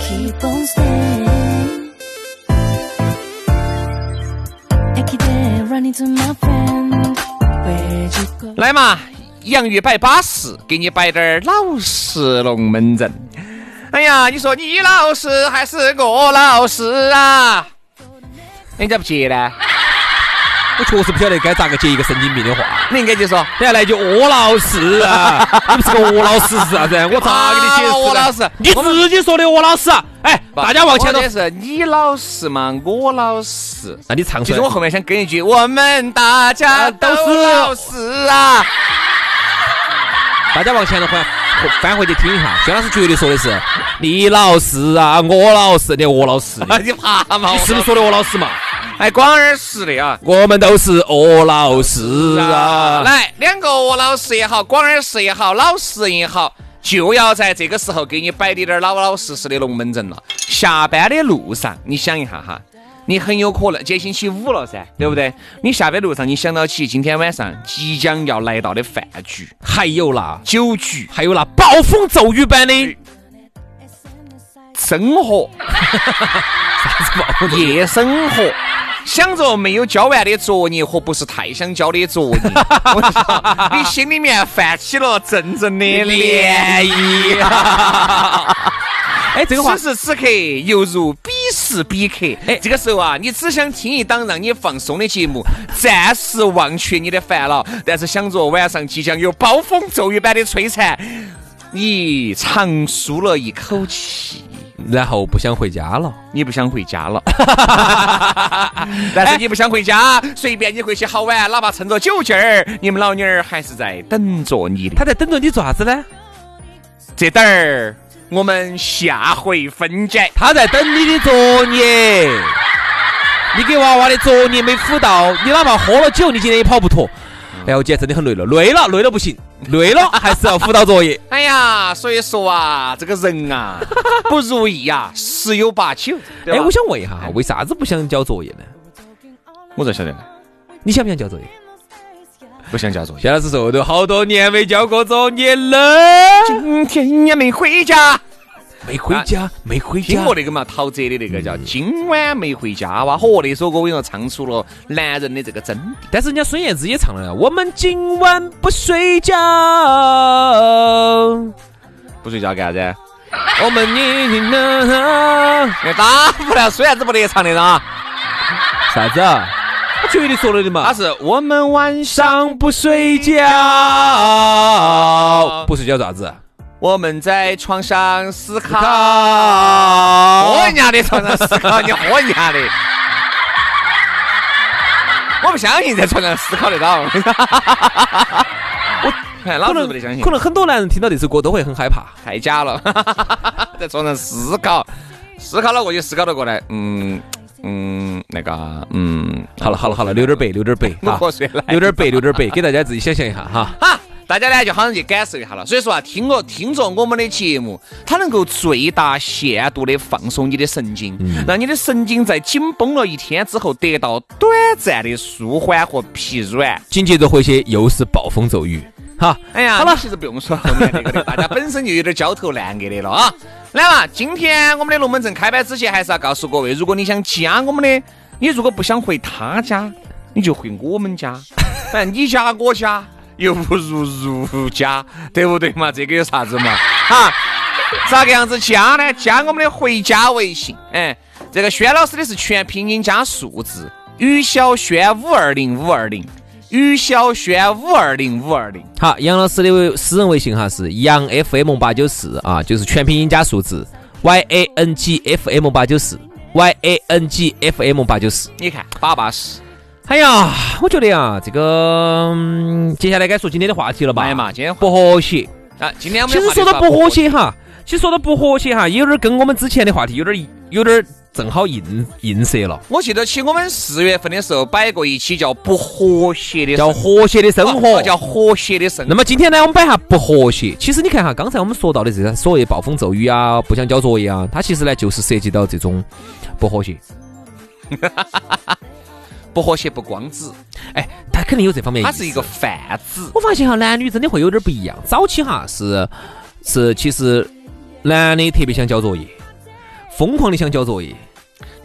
keep on staying.駅で running to my friend. Where'd you go? 来嘛，洋芋摆巴适，给你摆点儿老实龙门阵。哎呀，你说你老实还是我老实啊？你咋不接呢？哎我确实不晓得该咋个接一个神经病的话。你应该就说，等下来就我老师啊， 你不是个我老师是啥子？我咋给你解释啊呢？我老师你自己说的我老师。哎，大家往前头我。的是你老实嘛，我老实。那你唱其出实来我。后面想跟一句，我们大啊家都老实啊。大家往前头翻翻回去听一下，薛老师绝对说的是你老师啊，我老师的我老师的， 你怕嘛？你是不是说的我老师嘛？哎，光耳实的啊。我们都是我老师啊。来，两个我老实也好，广耳实也好，老实人也好，就要在这个时候给你摆的点儿老老实实的龙门阵了。下班的路上，你想一下哈，你很有可能今天星期五了噻，对不对？你下班路上，你想到起今天晚上即将要来到的饭局、还有啦，酒局、还有啦，暴风骤雨般的生 活、夜生活。想着没有交完的作业和不是太想交 的作业，我跟你说你心里面泛起了阵阵的哎涟漪。哎，这个话此时此刻犹如彼时彼刻。哎，这个时候啊，你只想听一档让你放松的节目，暂时忘却你的烦恼，但是想着晚上即将有暴风骤雨般的摧残，你长舒了一口气。然后不想回家了。你不想回家 了，但是你不想回家，随便你回去好晚，哪怕趁着酒劲儿，你们老妞儿还是在等着你的。他在等着你做啥子呢？这点儿，我们下回分解。他在等你的作业。你给娃娃的作业没辅到，你哪怕喝了酒，你今天也跑不脱。哎呀，我今天真的很累了，累了，累了不行，累了 还是要辅导 作业。哎呀，所以说啊，这个人 啊，不如意啊，十有八九。哎，我想想问一下哈，为啥子不想交作业呢？我咋晓得呢？你想不想交作业？不想交作业。薛老师说都好多年没交过作业了，今天也没回家。没回家，没回听家过。那个嘛，陶喆的那个叫《今晚没回家》哇，嚯，那首歌我跟你说，唱出了男人的这个真谛。但是人家孙燕姿也唱了，我们今晚不睡觉，不睡觉干啥子？我们一起呢 那打不了，虽然子不得唱的啊，啥子啊？我绝对说了的嘛。他是我们晚上上不睡觉，不睡觉咋子？我们在床上思考，靠喝人家的床上思考，你喝人家的。我不相信在床上思考得到，我老可子能不得相信可，能很多男人听到这首歌都会很害怕。太假了， 在床上思考，思考了过去，思考了过来，嗯嗯，那个嗯，好了好了好了，留点白，留点白 我哈，喝水来。留点白，留点白，给大家自己想象一下哈。哈，大家呢就好像去感受一下了。所以说啊，听了听着我们的节目，它能够最大限度的放松你的神经，让你的神经在紧绷了一天之后得到短暂的舒缓和疲软。紧接着回去又是暴风骤雨，哈，哎呀，好了你其实不用说后面那个的，大家本身就有点焦头烂额的了啊。 来嘛，今天我们的龙门阵开摆之前，还是要告诉各位，如果你想加我们的，你如果不想回他家，你就回我们家， 反正你家我家又不如如家，对不对嘛？ 这个有啥子嘛？哈，咋个样子加呢？加我们的回家微信，哎，这个轩老师的是全拼音加数字，于小轩五二零五二零，于小轩五二零五二零。好，杨老师的微私人微信哈是杨 FM 八九四啊，就是全拼音加数字 Y A N G F M 八九四 Y A N G F M 八九四。你看，巴巴适。哎呀，我觉得呀，这个、嗯接下来该说今天的话题了吧？哎呀妈，今天不和谐。啊，今天我们其实说到不和，谐哈，其实说到不和谐哈，有点跟我们之前的话题有点有点正好映映射了，我记得起我们四月份的时候摆过一期叫不和谐的叫和谐的生活。啊叫和谐的生活那。么今天呢，我们摆下不和谐。其实你看哈，刚才我们说到的这些所谓暴风骤雨啊，不想交作业啊，它其实呢就是涉及到这种不和谐。不和谐不光指，哎，它肯定有这方面。它是一个。泛指。我发现哈，男女真的会有点不一样。早期哈是是，其实男的特别想交作业，疯狂的想交作业。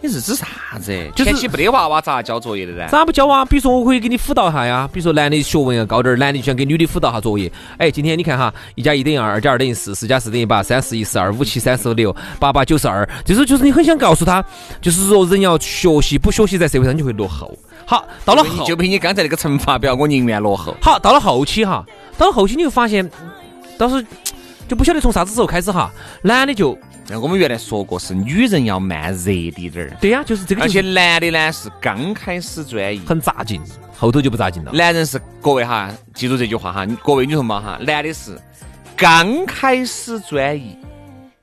你是指啥子？就是前期没得娃娃咋交作业的呢？咋不交啊？比如说我可以给你辅导一下呀，比如说男的学问要高点儿，男的就想给女的辅导下作业。哎，今天你看哈，一加一等于二，二加二等于四，四加四等于八，三四一四二，五七三四六，八八九十二。这时候就是你很想告诉他，就是说人要学习，不学习在社会上你就会落后。好，到了后就凭你刚才那个乘法表，我宁愿落后。好，到了后期哈，到了后期你就发现，当时就不晓得从啥子时候开始哈，男的就那我们原来说过，是女人要慢热滴点儿，对呀、就是这个而就且是男的呢是刚开始专一。很扎劲，后头就不扎劲了。男人是各位哈，记住这句话哈，各位女同胞哈，男的是刚开始专一，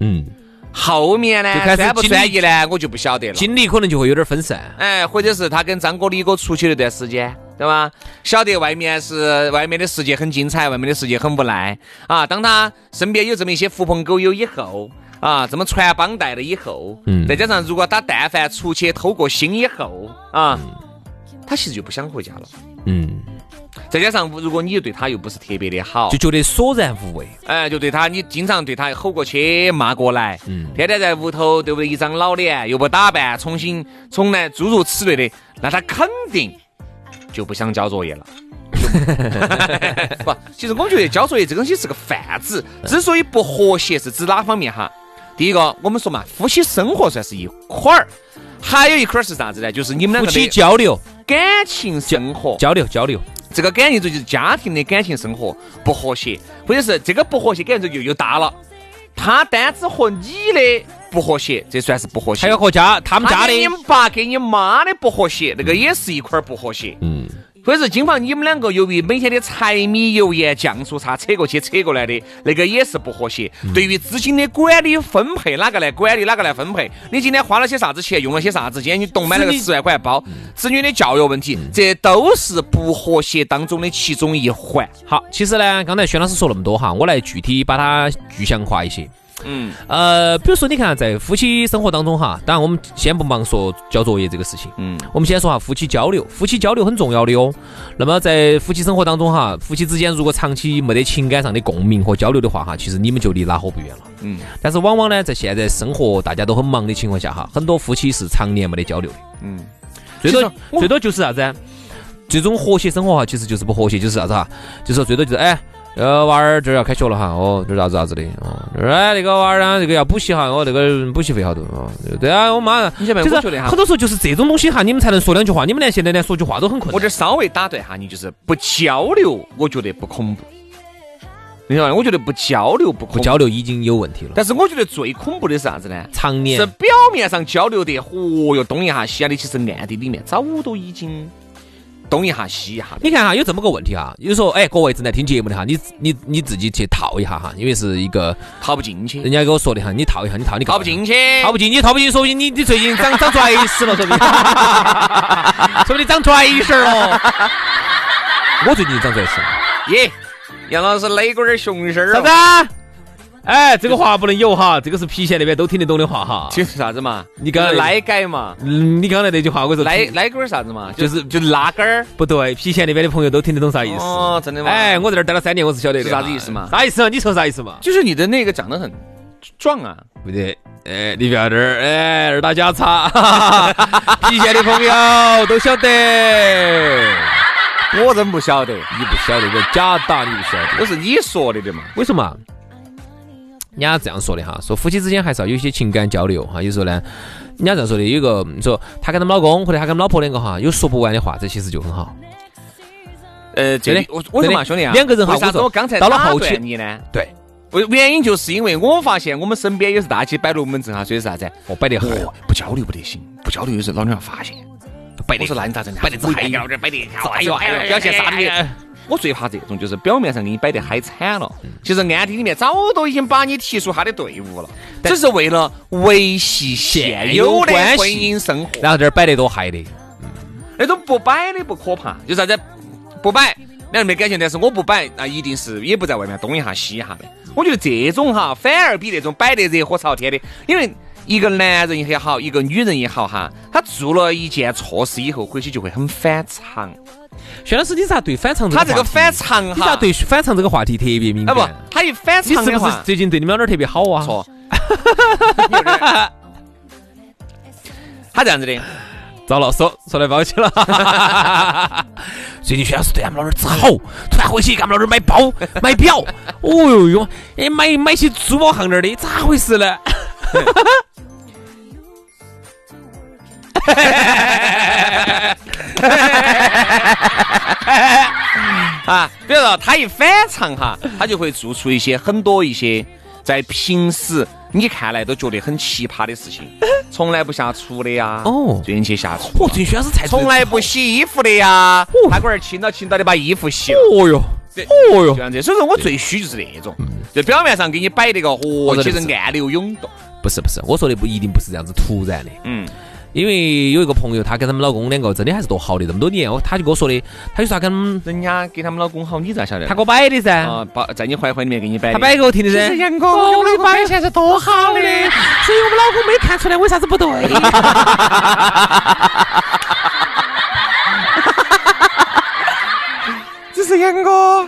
嗯，后面呢就开始专不经历专一呢，我就不晓得了。精力可能就会有点分散。哎，或者是他跟张哥、李哥出去那段时间，对吧？晓得外面是外面的世界很精彩，外面的世界很无奈啊。当他身边有这么一些狐朋狗友以后。啊，这么传帮带了以后，嗯再加上如果他但凡出去偷过腥以后，啊，他其实就不想回家了。嗯，再加上如果你又对他又不是特别的好就，觉得索然无味。哎，就对他，你经常对他吼过去、骂过来，嗯天天在屋头，对不对？一张老脸又不打扮，重新重来，诸如此类的，那他肯定就不想交作 业了。就不，其实我觉得交作业这个东西是个泛 指，之所以不和谐是指哪方面哈？第一个，我们说嘛，夫妻生活算是一块儿，还有一块儿是啥子呢？就是你们两夫个妻的交流，感情生活。交流，交流。这个感情就是家庭的感情生活不和谐，或者是这个不和谐感情就又大了。他单只和你的不和谐，这算是不和谐。还要和家他们家他的跟你，们爸跟你妈的不和谐，那个也是一块儿不和谐。嗯，或者是今房你们两个由于每天的柴米油盐酱醋茶扯过去扯过来的，那个也是不和谐。嗯对于资金的管理分配，哪个来管理，哪个来分配？你今天花了些啥子钱，用了些啥子？今天你动买了个子女十万块包，嗯子女的教育问题，这都是不和谐当中的其中一环。好，其实呢，刚才轩老师说那么多哈，我来具体把它具象化一些。嗯，呃，比如说你看，在夫妻生活当中哈，当然我们先不忙说交作业这个事情，嗯，我们先说哈夫妻交流，夫妻交流很重要的哦。那么在夫妻生活当中哈，夫妻之间如果长期没得情感上的共鸣和交流的话哈，其实你们就离拉火不远了。嗯，但是往往呢，在现在生活大家都很忙的情况下哈，很多夫妻是常年没得交流的。嗯，最其多实我最多就是啥子啊？这种和谐生活哈，其实就是不和谐，就是啥子哈？就是说最多就是哎。呃，娃儿这儿要开学了哈，哦，这儿啥子啥子的，哦，这儿哎那个娃儿呢，这个要补习哈，哦，这个补习费好多，哦，对啊，我妈你晓得没？就是我觉得哈很，多时候就是这种东西哈，你们才能说两句话。你们连现在连说句话都很困我难。这稍微打断哈你，就是不交流，我觉得不恐怖。你晓得吗？我觉得不交流不恐不怖，交流已经有问题了，但是我觉得最恐怖的是啥子呢？常年是表面上交流得，嚯哟，东一下西一下的，其实暗地里面早都已经东一下西一下的。你看哈，有这么个问题哈，有时候哎，各位正在听节目的哈，你你你自己去套一下哈，因为是一个套不进去人，家给我说的哈，你套一下，你套你套不，进去，套嗯不进你套不进，说不定你你最近长长拽死了，说 不定，说不定长拽死了。我最近长拽死了，耶！杨老师哪个点熊心儿啥哦？子？哎，这个话不能有哈，这个是郫县那边都听得懂的话哈。就是啥子嘛？你刚才来改嘛？嗯，你刚才那句话我说来来个啥子嘛？就是就拉杆儿。不对，郫县那边的朋友都听得懂啥意思。哦，真的吗？哎，，我在这儿待了三年，我是晓得的。是啥子意思嘛啥意思啊？你说啥意思嘛？就是你的那个长得很壮啊。不对，哎，你不要这儿，哎，二大家差， 哈哈哈郫县的朋友都晓得，你我真不晓得，不晓得，我假打你不晓得，都是你说的的嘛。为什么？人家这样说的哈，说夫妻之间还是要有一些情感交流哈。有时候呢，人家这样说的，有一个说她跟他们老公或者她跟他们老婆两个哈，有说不完的话，这其实就很好。呃，这真的里我我说真的嘛，兄弟啊，两个人哈为啥我子说我刚才到了打后断期你呢？对，为原因就是因为我发现我们身边也是大起摆龙门阵哈，所以是啥子？我摆得很，哦，不交流不得行，不交流有时候老娘要发现。摆我得说哎那你咋整？摆得我嗨一呀点，摆得哎哎呦呦哎哎呦呦，表现哎啥呀哎的呀。我最怕这种，就是表面上给你摆得嗨惨了，其实暗地里面早都已经把你踢出他的队伍了，只是为了维系现有的现有关系婚姻生活。然后这儿摆得多嗨的，那种不摆的不可怕，就啥子不摆，两人没感情，但是我不摆，那一定是也不在外面东一下西一下的。我觉得这种哈，反而比那种摆得热火朝天的，因为一个男人也好，一个女人也好哈，他做了一件错事以后，回去就会很反常。薛老师，你咋对反常这个他这个话题反常你咋哈，对反常这个话题特别敏哎感？不，他一反你常是的不是话，最近对你们老点儿特别好啊？错。 有点儿他这样子的，遭了，说说来抱歉了。最近薛老师对俺们老点儿好，突然回去给俺们老点儿买包、买表，哦呦呦，哎买买些珠宝项链儿的，咋回事呢？啊，比如说他一反常哈，他就会做出一些很多一些在平时你看来都觉得很奇葩的事 情，从来不下厨的呀，哦最近去下厨，啊我最近薛老师才从来不洗衣服的呀，他龟儿轻到轻到的把衣服洗了。哦嗯哟，哦就哟，像这，所以说我最虚就是那种，就表面上给你摆那个，哦，真的其实哦不是暗流涌动。不是不是，我说的不一定不是这样子突然的。嗯，因为有一个朋友，她跟他们老公两个真的还是多好的，这么多年，我哦她就跟我说的，她就说她跟人家给他们老公好，你咋晓得？她给我摆的噻，啊，把在你怀怀里面给你摆她的。摆给我听的噻。阳哦，我的摆现是多好的，所以我们老公没看出来为啥子不对。只是杨哥，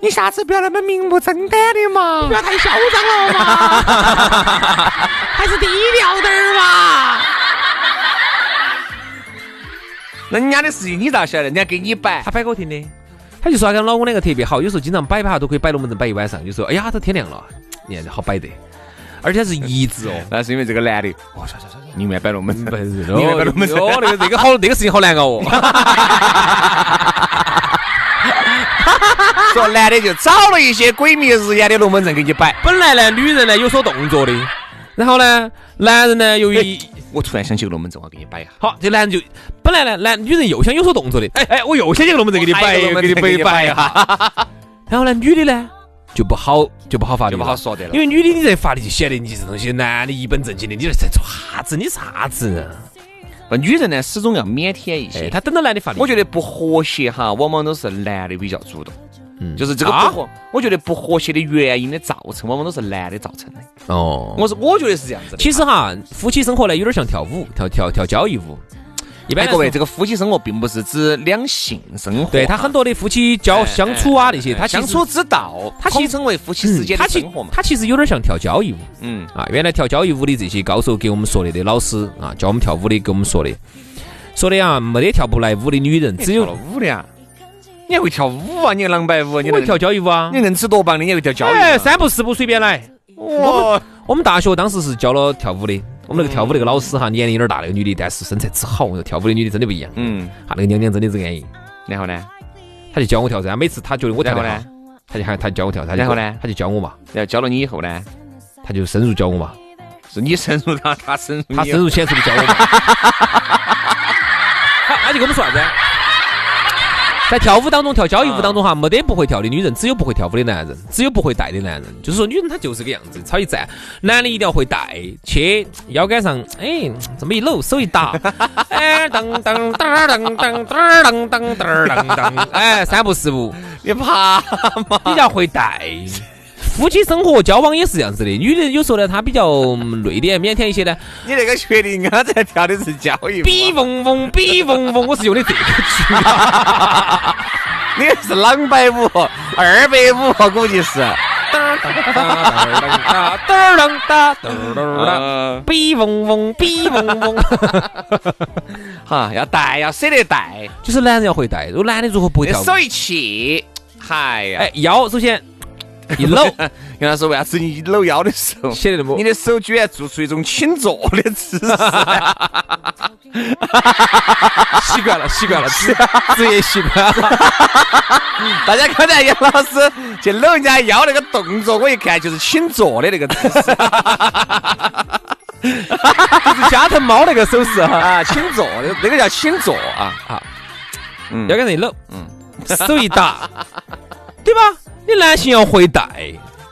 你下次不要那么明目张胆的嘛，不要太嚣张了嘛，还是低调点儿嘛。人家的事情你咋晓得？人家给你摆她，摆给我听的，她就说她跟老公两个特别好，有时候经常摆吧都可以摆龙门阵摆一晚上，有时候哎呀都天亮了，你看好摆得，而且是一直哦。那是因为这个男的，哦，啥啥啥，宁愿摆龙门阵，是宁愿摆龙门阵。哦，那个这个好，那个事情好难熬哦。说男的就找了一些鬼迷日眼的龙门阵给你摆。本来呢，女人呢有所动作的，然后呢，男人呢由于我突然想起个龙门阵，我要给你摆一下。好，这男人就本来呢，男女人又想有所动作的，哎哎，我又想这个龙门阵给你摆，我一还个，有给你个龙门阵 摆给你摆摆一一下。然后呢，女的呢就不好就不好发力，就不好说的了因为女的你这发力就显得你这东西，男的一本正经的，你这在做啥子？你啥子人？不，女人呢始终要腼腆一哎，些。他等到男的发力，我觉得不和谐哈，往往都是男的比较主动。嗯就是这个啊不和，我觉得不和谐的原因的造成，往往都是男的造成的。哦，我是我觉得是这样子的。其实哈，夫妻生活呢有点像跳舞，跳跳跳交谊舞。一般来哎，各说位，这个夫妻生活并不是指两性生活，对他很多的夫妻交哎相处啊那些，哎他其相实处之道，他其统称为夫妻之间他的其生活嘛。他其实有点像跳交谊舞。嗯，啊，原来跳交谊舞的这些高手给我们说的，的老师啊，教我们跳舞的给我们说的，说的啊，没得跳不来舞的女人，只有跳了舞的呀，你还会跳舞啊？你能摆舞，你我能会 跳，交谊舞啊你。硬吃多棒的，你还会跳交谊哎，啊。三步四步随便来。哇，我们大学当时是教了跳舞的，我们那个跳舞那个老师哈，年龄有点大那个女的，但是身材之好，我说跳舞的女的真的不一样。嗯，啊，那个娘娘真的是安逸，然后呢？她就教我跳噻，每次她觉得我跳然后得好呢，？她就喊她教我跳，她就然后呢她就教我嘛，然后教了你以后呢？她就深入教我嘛，是你深入他， 他深入你她深入浅出的教 我嘛。她她就跟我们说啥子？啊在跳舞当中，跳交谊舞当中哈，没得不会跳的女人，只有不会跳舞的男人，只有不会带的男人。就是说，女人她就是这个样子，超一站，男的一定要会带，切腰杆上，哎，这么一搂，手一搭，哎，噔噔噔噔噔噔噔噔噔噔，哎，三步四步，你怕？ 比较会带。夫妻生活交往也是这样子的，女人有时候呢，她比较嗯内敛、腼腆一些呢，你那个确定刚才跳的是交谊舞啊？比嗡嗡，比嗡嗡，我是用的这个句啊。你是啊朗百五，二百五，啊估 计是。哒噔噔哒噔噔哒，嗯，比嗡嗡，比嗡嗡。哈，啊要带，要舍得带， 就是 男人要会带，如果男的如何不会那跳舞？啊手一起，嗨呀，哎，腰首先一 搂，杨老师，为啥子你搂腰的时候，显得那么你的手居然做出一种倾坐的姿 势？习惯了，习惯了，职职业习惯了。大家看到杨老师去搂人家腰那个动作，我一看就是倾坐的那个姿势就是啊加藤猫那个手势哈， 啊，倾坐，那个叫倾坐啊。嗯要跟人搂，手一搭， 对吧？你男性要会带，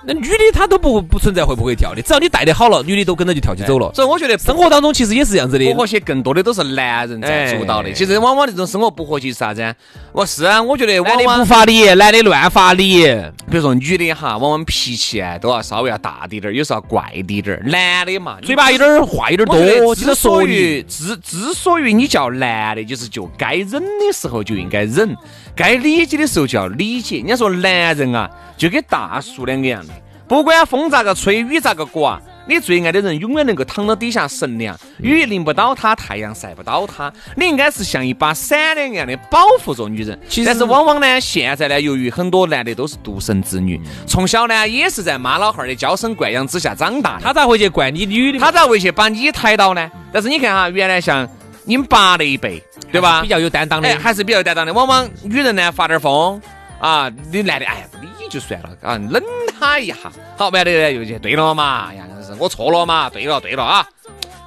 那女的她都不不存在会不会跳的，只要你带的好了，女的都跟着就跳起走了。 所以我觉得生活当中其实也是这样子的不，和谐更多的都是男人在主导的。哎其实往往这种生活不和谐是啥子啊？我是啊，我觉得男往的不往法理，男的乱法理，比如说女的哈，往往脾气啊都要稍微要大滴点儿，有时候要怪滴点儿。男的嘛，嘴巴有点儿话有点我觉儿得多，之只所说你。以之之所以你叫男的，就是就该忍的时候就应该忍，该理解的时候就要理解。人家说男人啊，就跟大树两个样的，不管风咋个吹，雨咋个刮。你最爱的人永远能够躺到底下乘凉，雨淋不到他，太阳晒不到他。你应该是像一把伞那样的保护着女人。其实但是往往呢，现在呢，由于很多男的都是独生子女，嗯从小呢也是在妈老汉儿的娇生惯养之下长大的。他咋会去怪你女的嘛？他咋会去把你抬到呢？嗯但是你看哈，原来像你们爸那一辈，对吧比？较有担当的哎，，还是比较有担当的。往往女人呢发点疯啊，你男的哎不理就算了啊，冷他一下。好，完了呢又去对了嘛，哎呀，是我错了嘛，对了对了啊。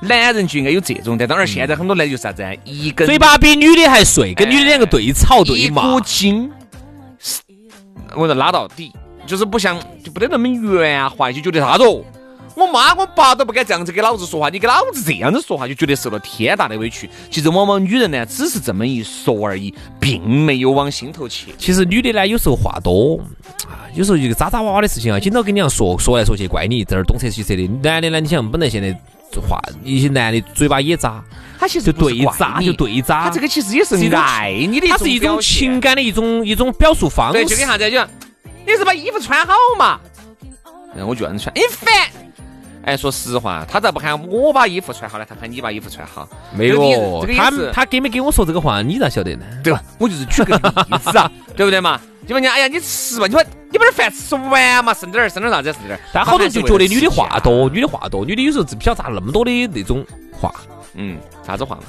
男人就应该有这种担当，而现在很多男人就是啥子啊，一根嗯嘴巴比女的还碎，跟女的两个对吵对哎一骂。股筋，我说拉到底，就是不像就不得那么圆滑，就觉得啥子哦。我妈我爸都不敢这样子跟老子说话，你跟老子这样子说话，就觉得受了天大的委屈。其实往往女人呢，只是这么一说而已，并没有往心头去。其实女的呢，有时候话多，啊，有时候一个渣渣哇哇的事情啊，经常跟你这样说说来说去，怪你在这儿东扯西扯的。男的呢，你想本来现在话，一些男的嘴巴也渣，他其实就不是对怪渣你就，对渣，他这个其实也是是一种爱你的，它是一种情。感的一种一种表述方对，式。就跟啥子，就像你是把衣服穿好嘛？然后我就让你穿，你烦。哎，说实话，他咋不喊我把衣服穿好呢？他喊你把衣服穿好，没这个意思有这个意，他思他给没给我说这个话，你咋晓得呢？对吧？我就是举个例子 啊，对不对嘛？就问人家，哎呀，你吃吧，你把你把这饭吃完嘛，剩点儿，剩点儿啥子，剩点儿。但好多人就觉得女的话多，多，女的话多，女的有时候不晓得咋那么多的那种话，嗯，啥子话嘛？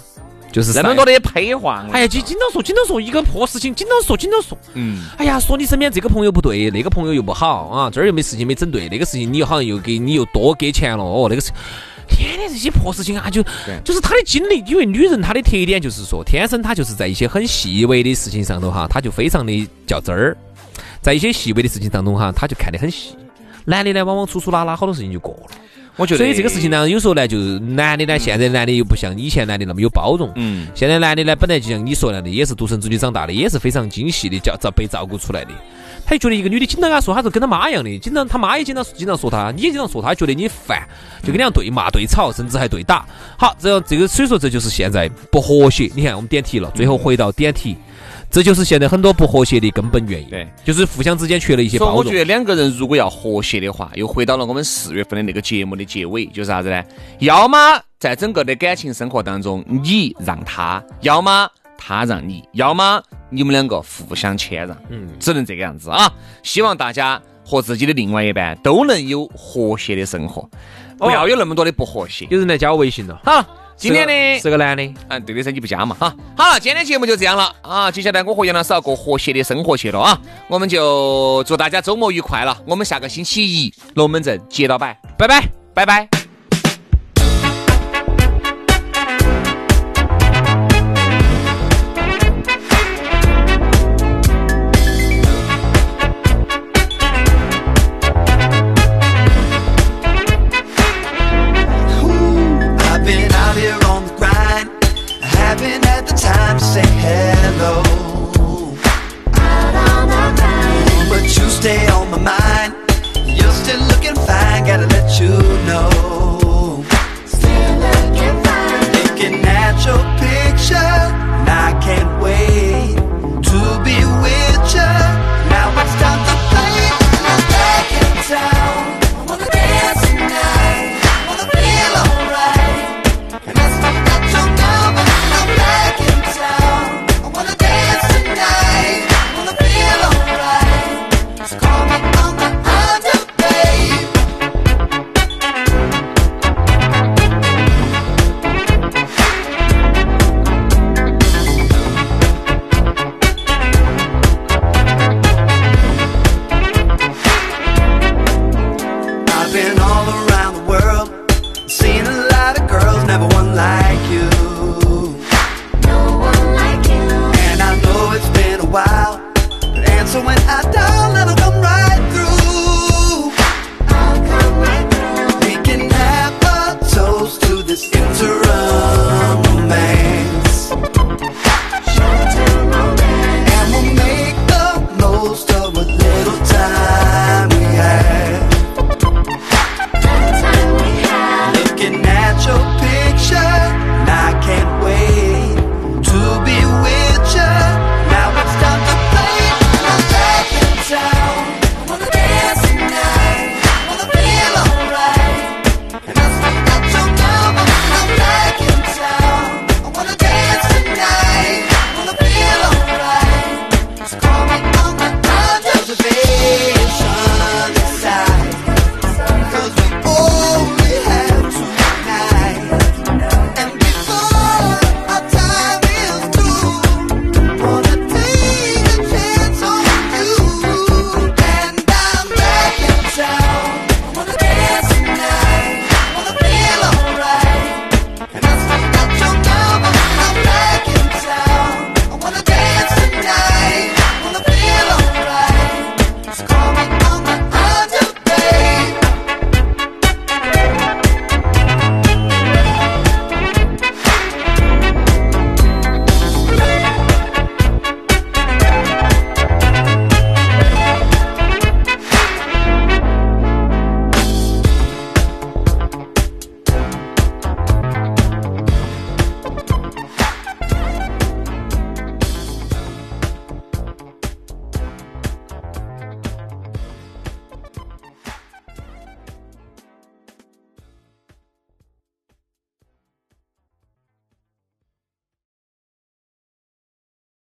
就是那么多的呸话，哎呀，经经常说，经常说一个破事情，经常说，经常说。嗯，哎呀，说你身边这个朋友不对，那个朋友又不好啊，这儿又没事情没整对，那个事情你又好像又给你又多给钱了哦，那个事，天天这些破事情啊，就对就是她的经历，因为女人她的特点就是说，天生她就是在一些很细微的事情上头哈，她就非常的较真儿，在一些细微的事情当中哈，她就看得很细。男的呢，往往粗粗拉拉，好多事情就过了。我觉得所以这个事情，呢，有时候呢，就是男的呢，现在男的又不像以前男的那么有包容。嗯，现在男的呢，本来就像你说的那样的，也是独生子女长大的，也是非常精细的，叫照被照顾出来的。他就觉得一个女的经常跟他说，他是跟他妈一样的，经常他妈也经常经常说他，你也经常说他，觉得你烦，就跟你俩对骂、对吵，甚至还对打。好，这样这个所以说这就是现在不和谐。你看我们点题了，最嗯后回到点题，这就是现在很多不和谐的根本原因，对，就是互相之间缺了一些所以包我觉容。得两个人如果要和谐的话，又回到了我们四月份的那个节目的结尾，就是啥子呢？要么在整个的感情生活当中，你让他；要么他让你；要么你们两个互相谦让。嗯，只能这个样子啊！希望大家和自己的另外一半都能有和谐的生活，不要有那么多的不和谐。哦有人啊来加我微信了，好，今天是个的。是个男的，嗯，对的噻，你不加嘛哈。好了，今天节目就这样了啊。接下来我和杨老师要过和谐的生活去了啊。我们就祝大家周末愉快了。我们下个星期一龙门阵接到摆，拜拜。拜拜。 I've been out here on the grind. I haven't had the time to say hello. But you stay on my mind. You're still looking fine, gotta let you know. Still looking fine. Looking at your picture.